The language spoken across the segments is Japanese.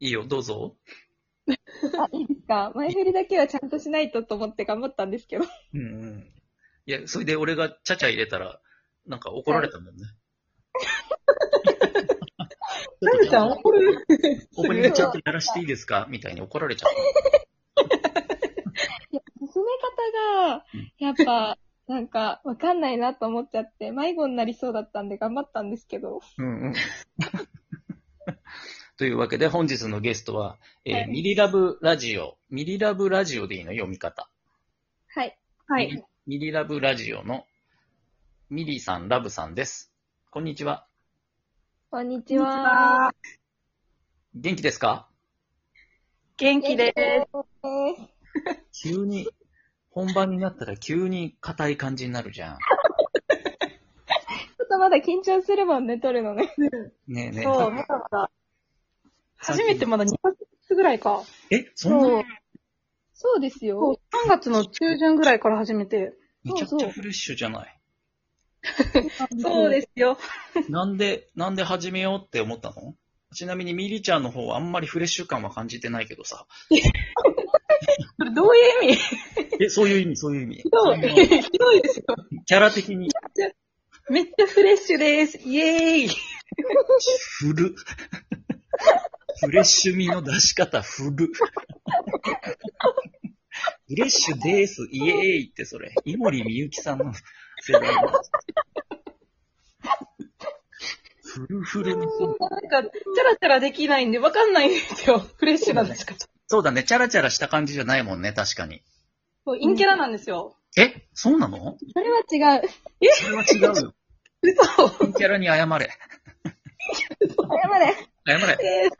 いいよ、どうぞ。あ、いいですか。前振りだけはちゃんとしないとと思って頑張ったんですけ ど。うんうん。いや、それで俺がちゃちゃ入れたら、なんか怒られたもんね。 なるちゃん怒る。オープニングちゃんとやらしていいですかみたいに怒られちゃった。進め方が、やっぱ、なんか、わかんないなと思っちゃって、迷子になりそうだったんで頑張ったんですけど。うんうん。 というわけで、本日のゲストは、えーはいミリラブラジオ。ミリラブラジオでいいの読み方。はい。ミリ。。ミリラブラジオのミリさん、ラブさんです。こんにちは。こんにこんちにちは。は。元気ですか元気です。元気です。急に、本番になったら急に硬い感じになるじゃん。ちょっとまだ緊張するもんね、撮るのね。ねえねえ。そう、まだまだ。初めてまだ2ヶ月ぐらいか。え、そんそなう。そうですそうよ。 3月の中旬ぐらいから始めて。めちゃくちそゃうフレッシュじゃない。そうですよ。なんで、なんで始めようって思ったのちなみにミリちゃんの方はあんまりフレッシュ感は感じてないけどさ。それどういう意味え、そういう意味、そういう意味。そうひどいですよ。キャラ的に、めっちゃフレッシュです。イエーイ。フル。フレッシュ味の出し方、フル。フレッシュです、イエーイってそれ、井森美幸さんの世代だ。フルフルの。なんか、チャラチャラできないんで、わかんないんで すよ。フレッシュなんですか。そうだね、チャラチャラした感じじゃないもんね、確かに。そう、インキャラなんですよ。え、そうなのそれは違う。それは違うよ。嘘キャラに謝れ。謝れ。謝れ。えー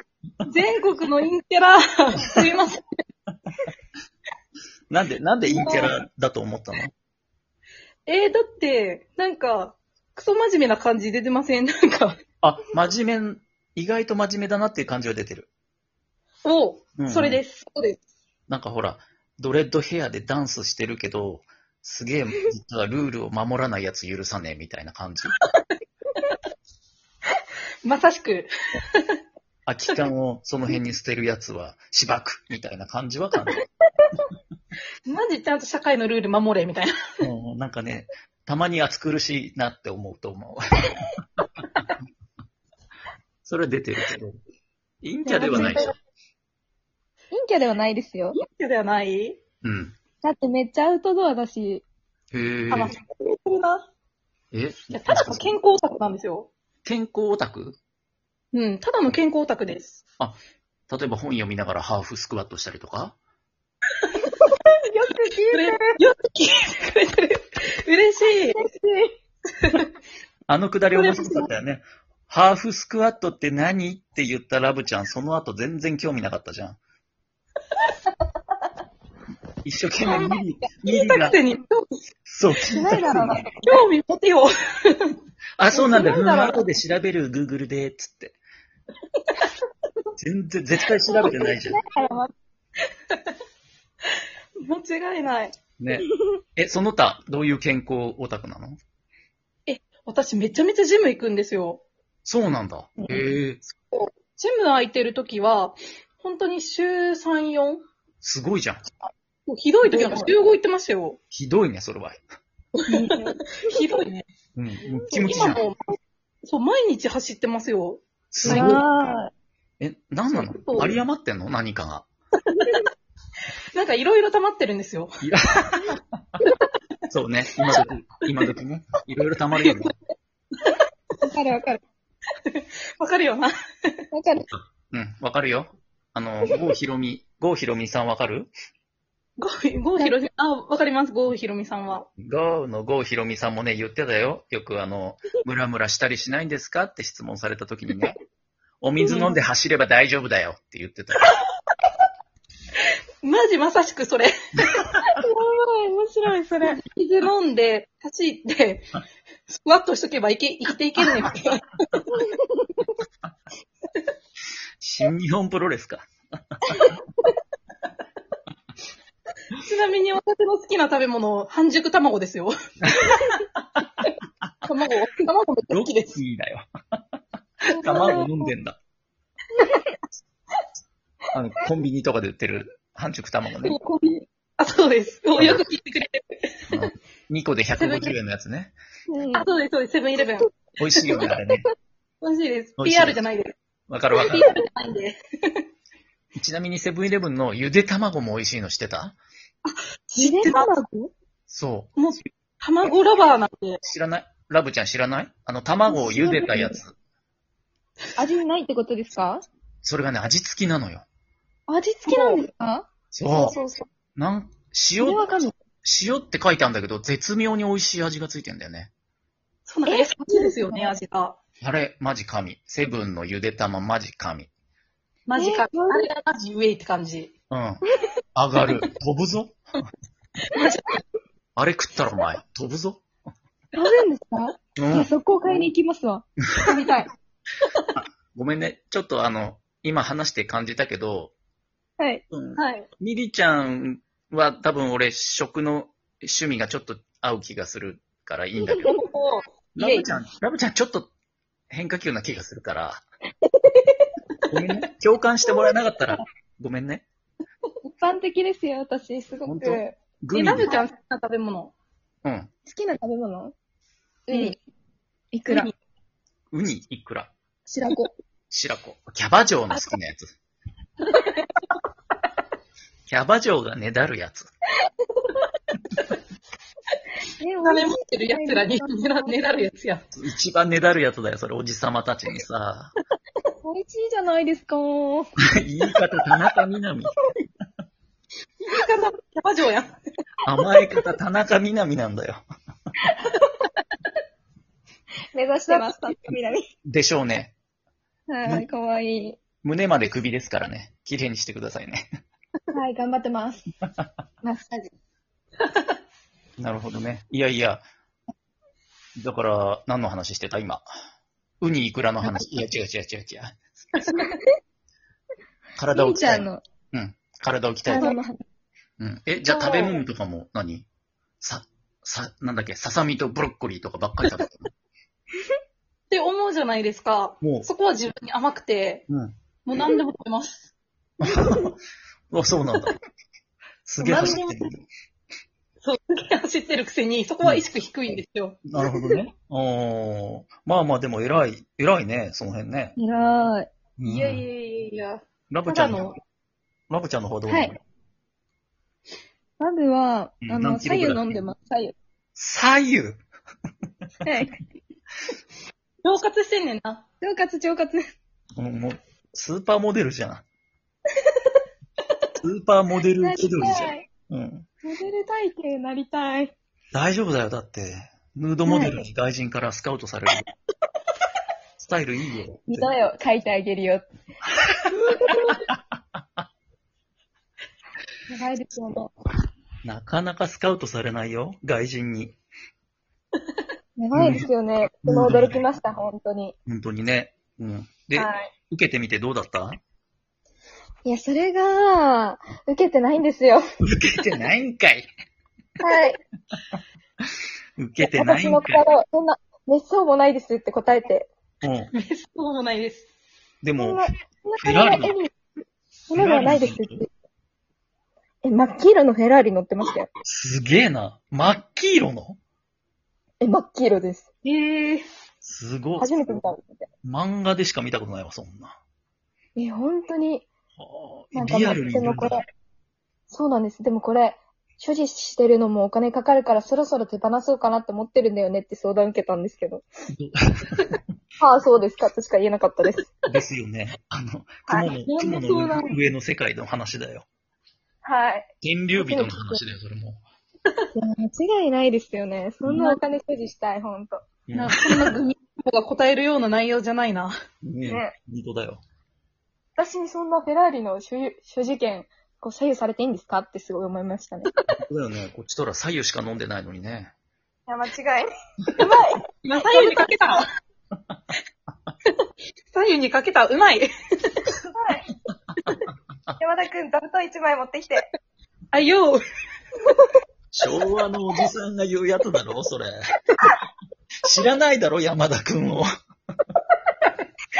全国のインキャラ、すいません。なんで、なんでインキャラだと思ったのえー、だって、なんか、クソ真面目な感じ出てませんなんか、あ、真面目、意外と真面目だなっていう感じは出てる。おうんうんそれです。そうです。なんかほら、ドレッドヘアでダンスしてるけど、すげえ、実はルールを守らないやつ許さねえみたいな感じ。まさしく。空き缶をその辺に捨てるやつは、しばくみたいな感じは感じる。マジちゃんと社会のルール守れ、みたいな。うんなんかね、たまに暑苦しいなって思うと思う。 それは出てるけど。インキャではないでしょ。陰キャではないですよ。陰キャではないうん。だってめっちゃアウトドアだし。へえあ、まあ、。そうな。えいや、ただの健康オタクなんですよ。健康オタクうん、ただの健康オタクです。例えば本読みながらハーフスクワットしたりとかよく聞いそれ、よく聞いてくれてる。嬉しい。あのくだり面白かったよね。ハーフスクワットって何って言ったラブちゃん、その後全然興味なかったじゃん。一生懸命ミリ、ミリ聞いたがく、せに、興味そう、聞いたくせにないだろうな興味持 てよ。あ、そうなんだ。なうんん、だろう後で調べる、グーグルで、つって。全然、絶対調べてないじゃん。 間違いない。ね。え、その他、どういう健康オタクなの私めちゃめちゃジム行くんですよ。そうなんだ。へえ、ジム空いてる時は、本当に週3、4? すごいじゃん。もうひどい時なんか週5行ってましたよ。ひどいね、それは。ひどいね。うん、ムッキムキじゃ今ん。も、そう、毎日走ってますよ。すごい。あえ、なんなそうそうの有り余ってんの何かが。なんかいろいろ溜まってるんですよ。そうね。今時、今時ね。いろいろ溜まるよね。ーわかるわかる。わかるよな。わかる。うん、わかるよ。あの、郷ひろみ、郷ひろみさんわかるゴー、ゴーヒロミ、あ、わかります、ゴーヒロミさんは。ゴーの郷ひろみさんもね、言ってたよ。よくあの、ムラムラしたりしないんですかって質問された時にね。お水飲んで走れば大丈夫だよって言ってた。マジまさしくそれ。すごい、面白い、それ。水飲んで、走って、スクワットしとけばいけ、生きていけるねん。新日本プロレスか。ちなみに私の好きな食べ物、半熟卵ですよ。卵、卵めっちゃロ好ッキきです。ーだよ。卵飲んでんだ。あの、コンビニとかで売ってる半熟卵ね。あ、そうです。もうよく聞いてくれてる。 2個で150円のやつ ね。うんあ、そうです、そうです。セブンイレブン。美味しいよね、あれね。美味しいです。美味しい PR じゃないです。わかるわか PR る。じゃないんで。ちなみにセブンイレブンのゆで卵も美味しいのしてた知ってます卵そもう、卵ラバーなんでう。。知らないラブちゃん知らないあの、卵を茹でたやつ。味ないってことですかそれがね、味付きなのよ。味付きなんですかそうそうそう。う。なん、そ塩れ、は神。塩って書いてあるんだけど、絶妙に美味しい味がついてんだよね。そうなんか優しいですよね、味が。あれ、マジ神。セブンのゆで玉、マジ神。マジか。あえーれがマジ上って感じ。うん。上が る。飛ぶぞ。あれ食ったらお前、飛ぶぞ。食べるんですかういや、ん。速攻買いに行きますわ。食べたい。ごめんね。ちょっとあの、今話して感じたけど、はい。うん。 はい。ミリちゃんは多分俺、食の趣味がちょっと合う気がするからいいんだけど、もラブちゃん、ラブちゃんちょっと変化球な気がする から、ごめんね。共感してもらえなかったら、ごめんね。一般的ですよ、私、すご本く。当好グう、え、ミ。ラブちゃん好きな食べ物。うん。きな食べ物ウニ。いくらウニウニ、イクラ、白子。白子。キャバ嬢の好きなやつ。 キャバ嬢がねだるやつ。え、おお金持ってる奴らにねだねだるやつや。一番ねだるやつだよ、それ、おじさまたちにさ。美味しいじゃないですか。言い方、田中みなみ。言い方、キャバ嬢やん。甘え方、田中みなみなんだよ。目指して ます、たみなみ。でしょうね。はい、かわい胸まで首ですからね。綺麗にしてくださいね。い。はい、頑張っ てます。マッサージ。なるほどね。いやいや。だから、何の話してた今。ウニ、イクラの 話。いや、違う違う違う違う。体をみーち鍛ゃえんる。のうん。体を鍛える体の話。うん。え、じゃあ食べ物とかも何さ、さ、なんだっけ、ささみとブロッコリーとかばっかり食べてるって思うじゃないですか。も そこは自分に甘くて、う。うんもう何でも食べます。。 うわ、そうなんだ。すげえ走ってる。そう、走ってるくせに、そこは意識低いんですよ。なるほど ね。おー。まあまあ、でも偉い、偉いね、その辺ね。えらい。うんいやいやいやいや。ラブたちゃだんのの、、ラブちゃんの方どうなの、はいまずはう、んあ何の、キロ左ぐらい右飲んでます、左左右右。 はい。腸活してんねんな。腸活、腸活。うんもう、スーパーモデルじゃん。 スーパーモデル気取りじゃん。い。うん。モデル体型なりたい。大丈夫だよ、だって。ヌードモデルに外人からスカウトされる。 スタイルいいよ。二度よ、書いてあげるよ。やばいですよ、もなかなかスカウトされないよ、外人に。う。やばいですよね。うん昨日驚きました、本当に。本当にね。うん。で、はい。受けてみてどうだったいや、それが、受けてないんですよ。受けてないんかい。はい。受けてない私んもかい。から、そんな、めっそうもないですって答えて。うん。めっそうもないです。でそんもな、、そんな感じの絵に、ものではないですってフェラーリ乗。え、真っ黄色のフェラーリ乗ってましたよ。すげえな。真っ黄色のえ、真っ黄色です。ええすごい。初めて見たんですって。漫画でしか見たことないわ、そんな。え、本当に、はあなんかリもアうルにいでるもんこだれ。、そうなんです。でもこれ、所持してるのもお金かかるからそろそろ手放そうかなって思ってるんだよねって相談受けたんですけ ど。ああ、そうですかとしか言えなかったです。ですよね。 あの、はい雲の、雲の上の世界の話だよ。はい。天竜人の話だよ、それも。いや、間違いないですよね。そんなお金所持したい、ほんと。うー。んなんかそんなグミのが答えるような内容じゃないな。ね本当だよ。私にそんなフェラーリの所有所持権、こう左右されていいんですかってすごい思いましたね。いそうだよね。こっちとら左右しか飲んでないのにね。や、間 違いない。今、左右にかけた 左右にかけたうまい山田くん、座布団一枚持ってきて。あよう昭和のおじさんが言うやつだろ、そ れ。知らないだろ、山田くん を。そ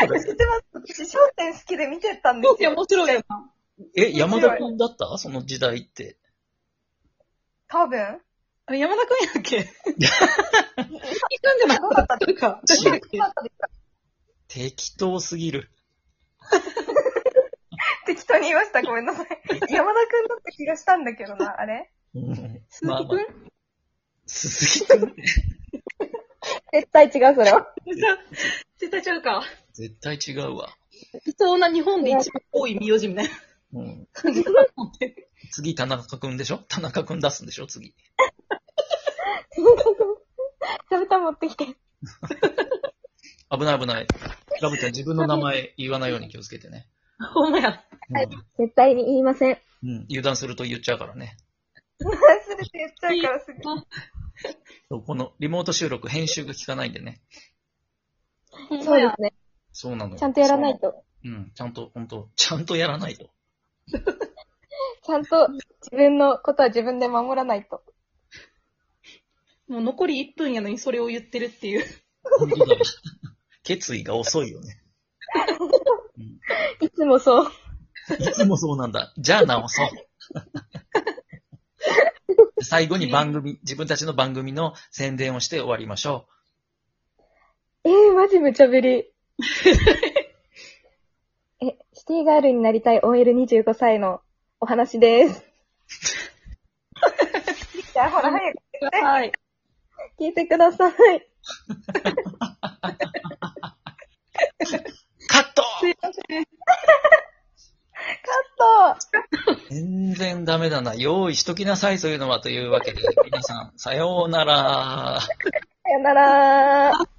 れ私、商店好きで見てたん どうせ面白いよな。え、山田君だったその時代って。多分 あれ、山田くんやっけ 行くんじゃな かったとか。違うよかったですか適当すぎる。適当に言いました。ごめん なさい。山田くんだった気がしたんだけどな、あれうん鈴木くん、鈴木君絶対違う、そ れは。絶対ちゃうか。絶対違うわ。いそうな日本で一番多い名字みたいなうん、感じだもんね。次、田中君でしょ田中君出すんでしょ次。食べた持ってきて。危ない危ない。ラブちゃん、自分の名前言わないように気をつけてね。 ほんまや。はい絶対に言いません。うん。うん、油断すると言っちゃうからね。忘れて言っちゃうからすぐ。そうこのリモート収録、編集が効かないんでね。ほんそうまでや。すね。そうなのよちゃんとやらないと。うん、ちゃんと、本当ちゃんとやらないと。ちゃんと自分のことは自分で守らないと。もう残り1分やのにそれを言ってるっていう。本当だよ。 決意が遅いよね。いつもそう。いつもそうなんだ。じゃあ直そう。最後に番組、自分たちの番組の宣伝をして終わりましょええー、マジ無茶ぶ り。え、シティガールになりたい OL25 歳のお話 です。じゃあ、ほら、早くはい。聞いてください。う。カットすいません。そう全然ダメだな。用意しときなさい、そういうのは。というわけで、皆さん、さようなら。さよなら